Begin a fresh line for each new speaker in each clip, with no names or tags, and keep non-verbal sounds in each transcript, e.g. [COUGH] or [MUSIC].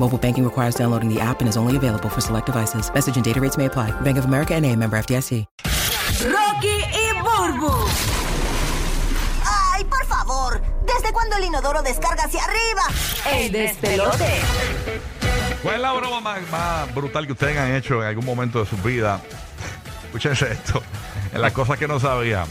Mobile banking requires downloading the app and is only available for select devices. Message and data rates may apply. Bank of America and a member FDIC.
Rocky y Burbu.
¡Ay, por favor! ¿Desde cuándo el inodoro descarga hacia arriba?
El despelote.
¿Cuál es la broma más, más brutal que ustedes han hecho en algún momento de su vida? Escúchense [LAUGHS] esto. En las cosas que no sabían.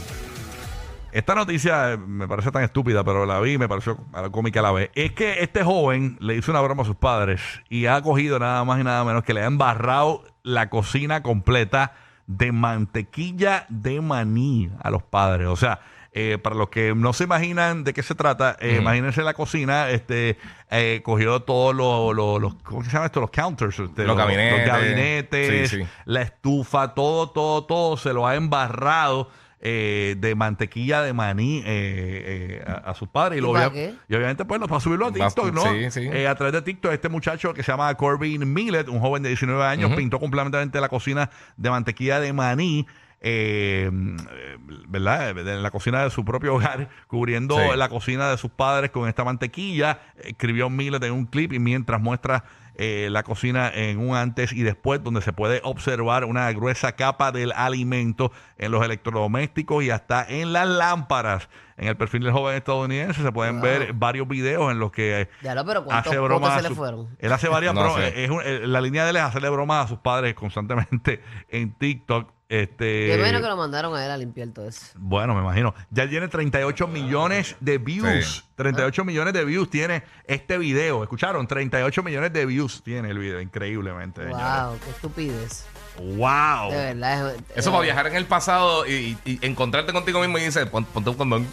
Esta noticia eh, me parece tan estúpida, pero la vi y me pareció algo cómica a la vez. Es que este joven le hizo una broma a sus padres y ha cogido nada más y nada menos que le ha embarrado la cocina completa de mantequilla de maní a los padres. O sea, eh, para los que no se imaginan de qué se trata, eh, imagínense la cocina, este, eh, cogió todos los, los, los- ¿cómo se llama esto? Los counters, este,
Los gabinetes.
gabinetes,
Sí, sí.
la estufa, todo, todo, todo se lo ha embarrado eh, de mantequilla de maní eh, eh, a, a sus padres. Y, lo
para
obvia-
qué?
y obviamente, pues, lo- para subirlo a
Va-
TikTok, ¿no?
sí, sí.
Eh, a través de TikTok, este muchacho que se llama Corbin Millet, un joven de 19 años, pintó completamente la cocina de mantequilla de maní. eh, eh, ¿Verdad? En la cocina de su propio hogar, cubriendo
Sí.
la cocina de sus padres con esta mantequilla. Escribió Millet en un clip y mientras muestra eh, la cocina en un antes y después, donde se puede observar una gruesa capa del alimento en los electrodomésticos y hasta en las lámparas. En el perfil del joven estadounidense se pueden ver varios videos en los que eh,
Ya lo, pero ¿cuántos
hace
pocos
bromas.
se
a
le
su-
fueron?
Él hace varias
[LAUGHS] No
bromas.
sé.
Es un- eh, la línea de él es hacerle bromas a sus padres constantemente en TikTok. Este,
Qué bueno que lo mandaron a él a limpiar todo eso.
bueno, me imagino. Ya tiene 38 millones de views.
Sí.
38 millones de views tiene este video. ¿Escucharon? 38 millones de views tiene el video, increíblemente. señores.
Wow, qué estupidez.
¡Wow!
De verdad. es-
Eso
eh,
para viajar en el pasado y, y- y encontrarte contigo mismo y dices, "Pon- ponte un condón.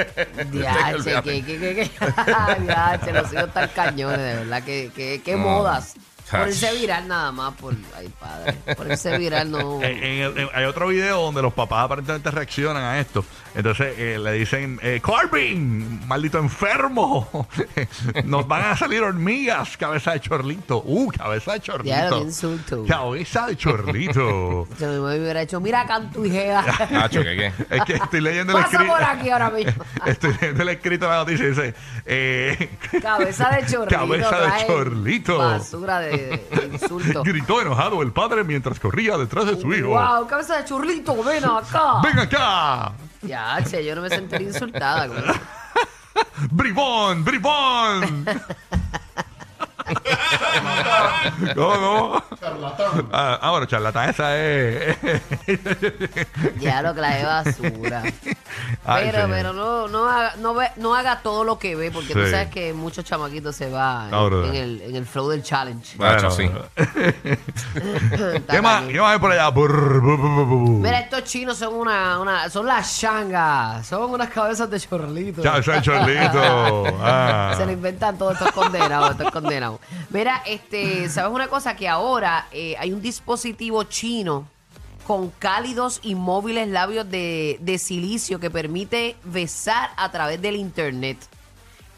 [LAUGHS]
Diache, que, que, que, que. [LAUGHS] Diache, los hijos están cañones, de verdad. Que, que, que modas. Por irse viral nada más, por. Ay, padre. Por irse viral
[LAUGHS]
no.
En- en el- en- hay otro video donde los papás aparentemente reaccionan a esto. Entonces eh, le dicen, eh, Corbin, maldito enfermo, [LAUGHS] nos van a salir hormigas, cabeza de chorlito. Uh, cabeza de
Ya,
chorlito.
qué insulto.
Cabeza de chorlito.
Yo mismo me hubiera hecho, mira, cantujea. [LAUGHS]
Nacho, ¿qué qué?
es que estoy leyendo el
Pasa
escrito.
por aquí ahora
[LAUGHS]
mismo.
Estoy leyendo el escrito de la noticia. Dice, eh,
Cabeza de chorlito.
Cabeza de
trae
chorlito.
Basura de, de insulto.
gritó enojado el padre mientras corría detrás de su hijo.
Wow, cabeza de chorlito, ven acá.
¡Ven acá!
Ya, che, yo no me sentiría insultada con eso.
¡Bribón! ¡Bribón!
[LAUGHS]
no, no. Ah, ah, bueno, charlatán, esa es.
Ya lo clavé basura.
Ay,
pero,
señor.
pero no, no, haga, no, ve- no haga todo lo que ve, porque tú
Sí.
sabes que muchos chamaquitos se van
No,
en,
verdad.
el, en el flow del challenge.
Nacho, sí.
[LAUGHS] Está
¿Qué más,
cañón.
¿Qué más hay por allá? Brr, bu, bu, bu, bu.
Mira, estos chinos son una, una son las changas, son unas cabezas de chorlito.
Chao, chao,
[LAUGHS]
Charlito. Ah.
Se lo inventan todos estos condenados, estos condenados. Mira, este, ¿sabes una cosa? Que ahora eh, hay un dispositivo chino con cálidos y móviles labios de, de silicio que permite besar a través del internet.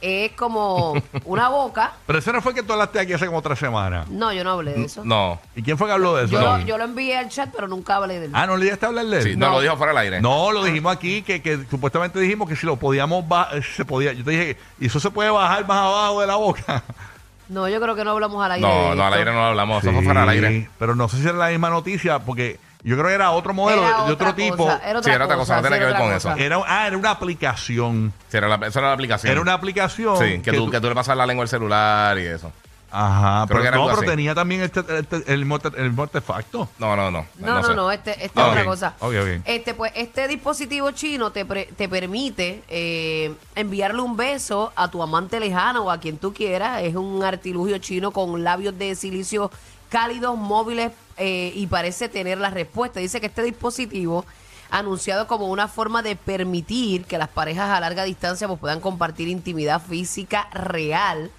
Es como una boca.
Pero ese no fue que tú hablaste aquí hace como tres semanas.
No, yo no hablé de eso.
No.
¿Y quién fue que habló de eso?
Yo,
No.
lo, yo lo envié al chat, pero nunca hablé de él.
Ah, ¿no le llegaste a hablar de él?
Sí, no, eh.
No.
lo dijo fuera del aire.
No, lo dijimos aquí, que, que supuestamente dijimos que si lo podíamos bajar, se podía. Yo te dije, ¿y eso se puede bajar más abajo de la
[LAUGHS]
boca?
No, yo creo que no hablamos al aire.
No,
de
no, al
esto.
aire no lo hablamos. Eso fue
Sí,
fuera del aire.
Pero no sé si era la misma noticia, porque yo creo que era otro modelo
Era
de otro
otra
tipo.
cosa, Era otra
Sí, era otra cosa, no
sí,
tiene que ver
era
con
otra
eso.
cosa.
Era, ah, era una aplicación.
Sí, era la, eso era la aplicación.
Era una aplicación.
Sí, que, tú, que tú le pasas la lengua al celular y eso.
Ajá,
Creo
pero,
que era
no,
algo
pero
así.
tenía también este, este- el, morte- el mortefacto.
No, no, no.
No, no,
sé.
no, este, este
Ah,
es otra
ok,
cosa.
ok, ok.
Este, pues, este dispositivo chino te, pre- te permite eh, enviarle un beso a tu amante lejano o a quien tú quieras. Es un artilugio chino con labios de silicio cálidos, móviles eh, y parece tener la respuesta. Dice que este dispositivo anunciado como una forma de permitir que las parejas a larga distancia pues, puedan compartir intimidad física real.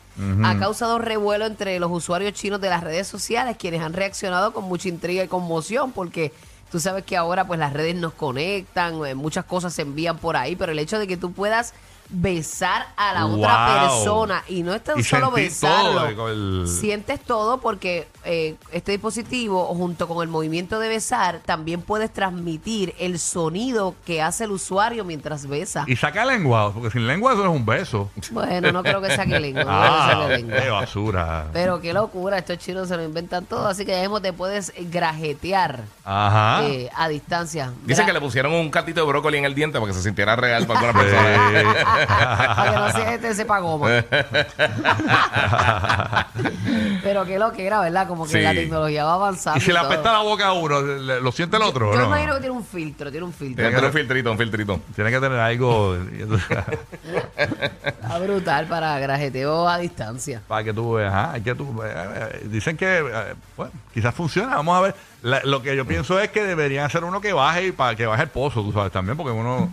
Ha causado revuelo entre los usuarios chinos de las redes sociales, quienes han reaccionado con mucha intriga y conmoción, porque tú sabes que ahora pues las redes nos conectan, eh, muchas cosas se envían por ahí, pero el hecho de que tú puedas besar a la otra
Wow.
persona y no es tan
Y
solo
sentir
besarlo,
todo, eh, con el-
sientes todo porque eh, este dispositivo junto con el movimiento de besar también puedes transmitir el sonido que hace el usuario mientras besa.
Y saca lengua, porque sin lengua eso no es un beso.
Bueno, no creo que
[LAUGHS]
saque lengua. [LAUGHS] no creo que
Ah,
saque lengua.
qué basura.
Pero qué locura, estos chinos se lo inventan todo, así que ya mismo te puedes grajetear
Ajá.
eh, a distancia.
Dicen
Gra-
que le pusieron un catito de brócoli en el diente para que se sintiera real para alguna persona.
Eh,
Para que no se este sepa goma. Pero qué lo que era, ¿verdad? Como que
Sí.
la tecnología va avanzando.
y si le
todo.
apesta la boca a uno, le- ¿lo siente el otro?
Yo
no?
imagino que tiene un filtro, tiene un filtro.
Tiene que tener un filtrito, un filtrito.
Tiene que tener algo
Está brutal para grajeteo a distancia.
[LAUGHS] para que tú veas. ajá, hay que tú, eh, eh, dicen que eh, bueno, quizás funciona. Vamos a ver. La- lo que yo pienso es que deberían hacer uno que baje y para que baje el pozo, tú sabes, también, porque uno.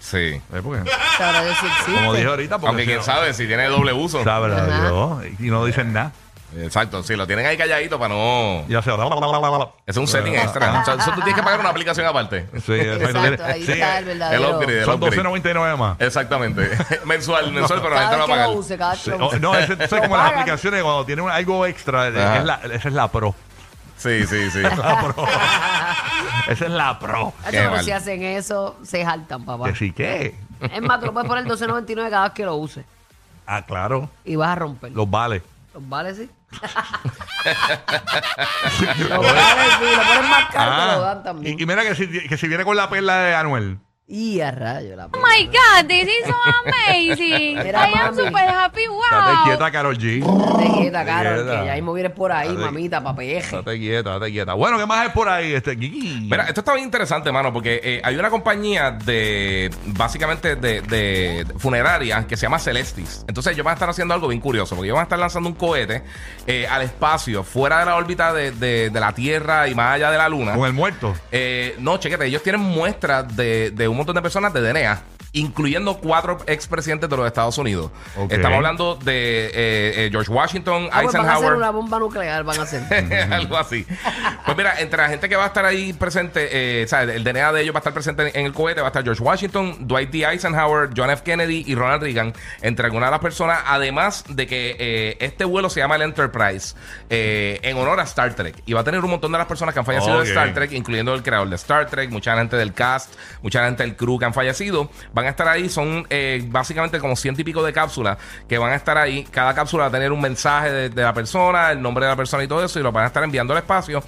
Sí.
eh, porque-
Sabrá Dios si existe.
como dije ahorita, porque.
Aunque
si
quién
no-
sabe si tiene doble uso.
Sabrá
Ajá.
Dios, Y no dicen nada.
Exacto, sí, lo tienen ahí calladito para no.
Ya se.
Es
Ah,
un setting extra. O sea, eso tú tienes que pagar una aplicación aparte.
Sí, exacto.
Exacto, ahí
Sí,
está el
El
verdadero.
upgrade, el
son
upgrade.
12.99 más.
Exactamente. [LAUGHS] mensual, mensual, pero la
Cada
gente
vez
va a
que
pagar.
lo use, cada vez que
Sí,
[LAUGHS] lo
o-
use.
Oh, no, ese, eso es como las
pagan. Ah.
aplicaciones cuando tienen un- algo extra. eh,
Ajá.
es la- esa es la
[LAUGHS]
pro.
Sí, sí, sí.
La pro. esa es la pro.
Hacho,
Qué
pero
mal.
si hacen eso, se jaltan, papá.
Que sí que.
Es más, tú lo puedes poner 12.99 cada vez que lo uses.
Ah, claro.
Y vas a romper. Los,
Los vale. [LAUGHS]
vales, sí. los vales, sí. Lo ponen más caro, te lo dan también.
Ah, y, y mira que si, que si viene con la perla de Anuel.
Y a rayo la
Oh my God, this is so amazing.
Mira,
I am
mami.
super happy.
Date
Wow.
quieta, Carol G.
Te quieta, Carol,
quieta.
que ya mismo vienes por ahí,
Date-
mamita, papeje.
Date quieta, date quieta. Bueno, ¿qué más es por ahí? Este, Kiki?
Mira, esto está bien interesante, mano, porque eh, hay una compañía de, básicamente, de, de funeraria que se llama Celestis. Entonces ellos van a estar haciendo algo bien curioso, porque ellos van a estar lanzando un cohete eh, al espacio, fuera de la órbita de, de- de la Tierra y más allá de la Luna.
Con el muerto.
Eh, no, chequete, ellos tienen muestras de, de un montón de personas de DNA, incluyendo cuatro expresidentes de los Estados Unidos.
Ok.
Estamos hablando de eh, eh, George Washington,
Ah, pues van a hacer
Eisenhower.
una bomba nuclear, van a hacer.
[LAUGHS]
[LAUGHS]
Algo así. Pues mira, entre la gente que va a estar ahí presente, eh, o sea, el DNA de ellos va a estar presente en el cohete, va a estar George Washington, Dwight D. Eisenhower, John F. Kennedy y Ronald Reagan, entre algunas de las personas, además de que eh, este vuelo se llama el Enterprise, eh, en honor a Star Trek. Y va a tener un montón de las personas que han fallecido
Ok.
de Star Trek, incluyendo el creador de Star Trek, mucha gente del cast, mucha gente del crew que han fallecido, van a estar ahí, son eh, básicamente como ciento y pico de cápsulas que van a estar ahí, cada cápsula va a tener un mensaje de, de la persona, el nombre de la persona y todo eso, y lo van a estar enviando al espacio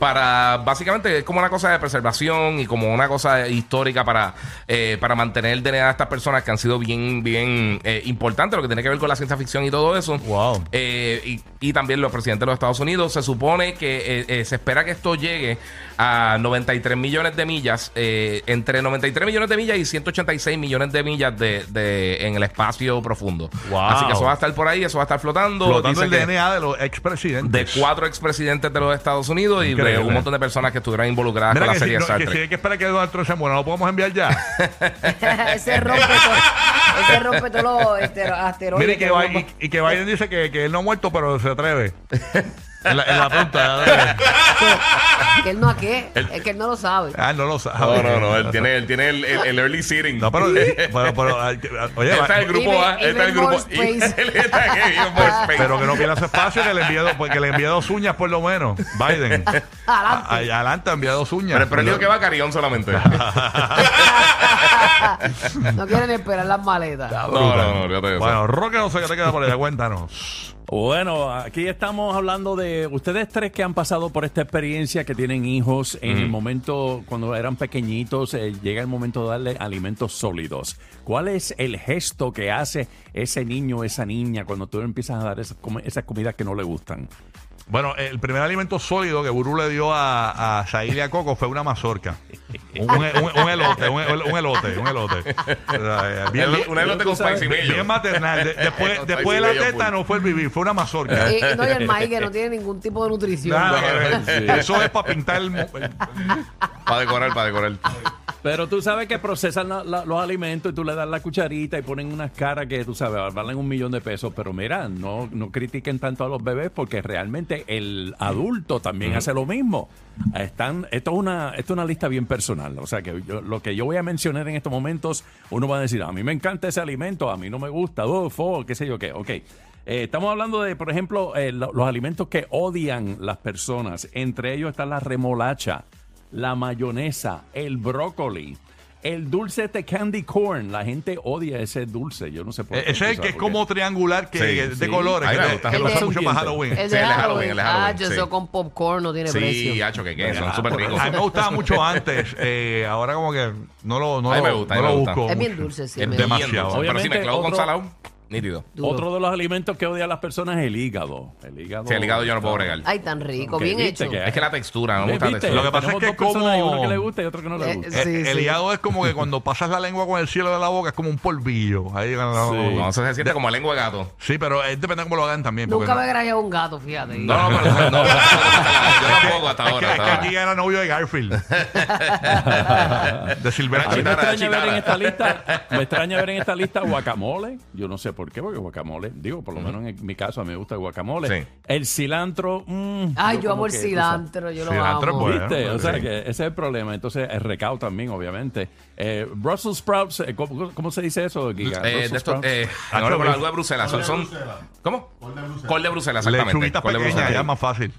para, básicamente, es como una cosa de preservación y como una cosa histórica para, eh, para mantener el DNA de estas personas que han sido bien, bien eh, importantes, lo que tiene que ver con la ciencia ficción y todo eso.
Wow.
Eh, y, y también los presidentes de los Estados Unidos. Se supone que eh, eh, se espera que esto llegue a 93 millones de millas, eh, entre 93 millones de millas y 186 millones de millas de, de- en el espacio profundo.
Wow.
Así que eso va a estar por ahí, eso va a estar flotando.
Flotando
Dice
el
que
DNA de los expresidentes.
De cuatro expresidentes de los Estados Unidos y de
Increíble.
un montón de personas que estuvieran involucradas
Mira
con
que,
la
si,
serie
no,
Star
que si
Trek.
hay que esperar que Donald Trump se muera, no lo podemos enviar ya.
ese rompe todo. Ese rompe todos los este, los asteroides.
Mire, que
hay
Bi-
una bomba.
y, y que Biden dice que, que él no ha muerto, pero se atreve.
[LAUGHS]
En la, en la punta.
que él no a qué, es que él no lo sabe.
Ah, él no lo sabe.
No, no, no, él tiene, él tiene el, el- el early sitting.
No,
[LAUGHS]
pero. pero, pero, ah, que- ah, oye,
Él está en el
va-
grupo
Even-
A, él está en el
even
grupo
more
[LAUGHS]
space.
Él está en el grupo space.
pero que no pierda su espacio, que le envíe dos, porque le envía dos uñas por lo menos. Biden. A- a- Adelante, envía dos uñas.
Pero, pero él dijo que va a Carillón [LAUGHS]
[LAUGHS]
solamente.
no quieren esperar las maletas.
No, no, no, fíjate eso.
Bueno, Roque no sé qué te queda por allá, cuéntanos.
Bueno, aquí estamos hablando de ustedes tres que han pasado por esta experiencia, que tienen hijos en el momento, cuando eran pequeñitos, eh, llega el momento de darle alimentos sólidos. ¿Cuál es el gesto que hace ese niño, esa niña, cuando tú empiezas a dar esas, comi- esas comidas que no le gustan?
Bueno, el primer alimento sólido que Burú le dio a, a Saíl y a Coco fue una mazorca. Un, un- un- un elote, un, un elote, un elote. O sea, eh, bien-
Un- un elote con spicy
bien-
mayo.
bien maternal. De- después, después
Con
de
spicy
la
mayo
teta
full.
no fue el vivir, fue una mazorca.
Eh, no, y el maíz que no tiene ningún tipo de nutrición.
Nada que ver.
Sí.
Eso es para pintar el, mu- el-
Para decorar, para decorar.
Pero tú sabes que procesan la- la- los alimentos y tú le das la cucharita y ponen unas caras que tú sabes, valen un millón de pesos. Pero mira, no, no critiquen tanto a los bebés porque realmente el adulto también hace lo mismo. Están, esto, es una, esto es una lista bien personal. O sea que yo- lo que yo voy a mencionar en estos momentos, uno va a decir, a mí me encanta ese alimento, a mí no me gusta, dofo, qué sé yo qué. Ok. Eh, estamos hablando de, por ejemplo, eh, lo- los alimentos que odian las personas. Entre ellos está la remolacha la mayonesa, el brócoli, el dulce de candy corn. La gente odia ese dulce, yo no sé por qué.
Eh, ese es el que es como triangular que,
Sí,
que- de
sí.
colores,
A mí
que,
me
te-
gusta.
que lo
El
usan
de-
mucho para Halloween.
El
Sí,
de
el de
Halloween,
Halloween, el de Halloween,
ah, yo
sí.
eso con popcorn no tiene
Sí,
precio.
hacho, que qué, son súper ricos.
A mí me gustaba mucho antes, eh, ahora como que no lo, no
A mí me
lo-
gusta, a
no
mí me
lo
gusta.
busco.
Es bien
mucho.
dulce, sí.
Es
me-
bien
demasiado.
dulce, Pero si
Obviamente,
mezclado con
otro-
salado, nítido.
duro.
Otro de los alimentos que odian las personas es el hígado. El hígado.
Sí, el hígado yo no puedo bregar.
Ay, tan rico,
Que
bien
viste
hecho.
que-
Es que la textura, no me
¿Ves?
gusta la
¿Viste?
textura.
Lo que pasa es
Tenemos
que
dos personas,
como-
uno que le gusta y otro que no le
Eh,
gusta.
sí.
[LAUGHS] Eh, el hígado es como que cuando pasas la lengua con el cielo de la boca es como un polvillo. Ahí,
Sí.
No, eso se siente como lengua de gato.
Sí, pero eh, depende de cómo lo hagan también. porque
Nunca
[LAUGHS]
me
no-
he grajeado un gato, fíjate.
No, no, pero no. Yo tampoco hasta
Es que-
ahora.
es
hasta
que
ahora.
aquí era novio de
[LAUGHS]
Garfield. de Silvera
A mí me
Chitara,
extraña ver en
chitara.
esta lista, me extraña ver en esta lista guacamole. Yo no sé por qué, porque guacamole, digo, por lo menos en mi caso a mí me gusta el guacamole.
Sí.
El cilantro, mm,
Ay, yo
como
amo el
que, tú sabes.
cilantro, yo lo
Cilantro es
amo.
bueno.
¿Viste?
sí.
O sea, que ese es el problema. Entonces, el recao también, obviamente. Eh, Brussels sprouts, eh, ¿cómo, cómo se dice eso, Giga?
Eh,
Brussels
de estos,
sprouts.
eh,
Ah,
no, no,
col-
pero algo de Bruselas. Son, son- ¿Cómo? Col de Bruselas. Col de Bruselas, exactamente.
Lechuguitas
Col de
pequeñas,
Bruselas.
ya es más fácil.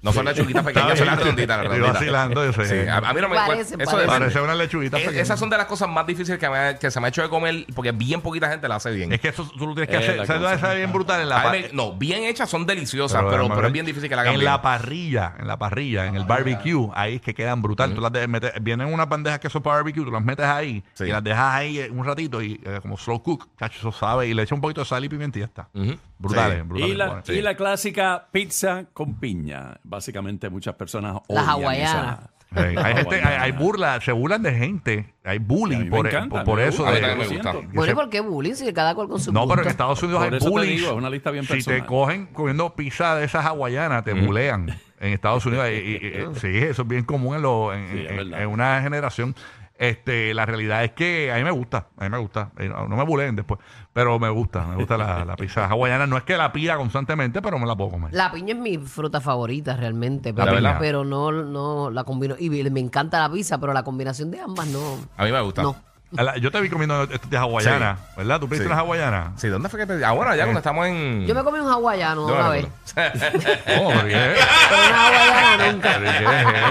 No son las chuquitas pequeñas, son las redonditas. las
Estoy
redonditas.
vacilando, yo sé.
Sí, a, a mí no me
Parecen,
cuesta-
parecen.
depende.
Parece una lechuguita
Es-
pequeña.
Esas son de las cosas más difíciles que, me ha- que se me ha hecho de comer porque bien poquita gente la hace bien.
Es que eso tú lo tienes que
Eh,
Es
hacer.
la
¿Sabes
cosa.
dónde sabe bien brutal? En la,
A
pa-
mí me- no, bien hechas son deliciosas, pero, pero,
además,
es bien difícil que la Ah, hagan
En
bien.
la parrilla, en la parrilla, en el barbecue, ahí es que quedan brutal. Tú las de- metes- vienen unas bandejas que son para barbecue, tú las metes ahí
Sí.
y las dejas ahí eh, un ratito y eh, como slow cook, cacho, eso sabe, y le echa un poquito de sal y pimienta y ya está.
Ujú.
Brutales,
Sí.
brutales.
Y la,
brutales.
y la clásica pizza con piña. Básicamente, muchas personas odian
Las hawaianas.
esa-
Sí,
[LAUGHS]
Hay, gente, hay, hay
hawaiana.
burla, se burlan de gente, hay
A mí
bullying
me
por,
encanta,
por-
me
por
gusta,
eso.
a mí
de-
también me gusta.
que
Bueno,
se-
¿y por qué bullying? Si cada cual con su
No, pero en
gusto.
Estados Unidos
Por
hay
eso te
bullying.
digo, es una lista bien
si te
personal.
cogen comiendo pizza de esas hawaianas, te bulean. En Estados Unidos, y- y-
[LAUGHS]
y- sí, eso es bien común en, lo- en,
Sí, es
en-
verdad.
en una generación. Este, la realidad es que a mí me gusta, a mí me gusta. Y No, no me buleen después, pero me gusta, me gusta la, la pizza hawaiana. No es que la pida constantemente, pero me la puedo comer.
La piña es mi fruta favorita realmente,
La
pero,
verdad.
pero no, no la combino. Y me encanta la pizza, pero la combinación de ambas no.
A mí me gusta.
No.
La- yo te vi comiendo esto de hawaiana, ¿verdad? ¿Tú pediste
Sí.
unas hawaianas?
Sí, ¿dónde fue que pedí? Ah, bueno, allá cuando estamos en.
Eh. Yo me comí un hawaiano
No,
una
no,
vez.
no. [LAUGHS]
Oh, pero ¿qué es
Pero una hawaiana nunca.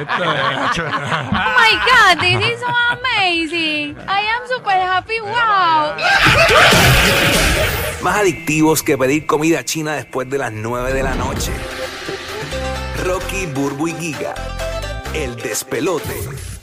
esto?
Oh my God, this is so amazing. I am super happy. Wow.
Más adictivos que pedir comida china después de las 9 de la noche. Rocky, Burbu y Giga. El despelote.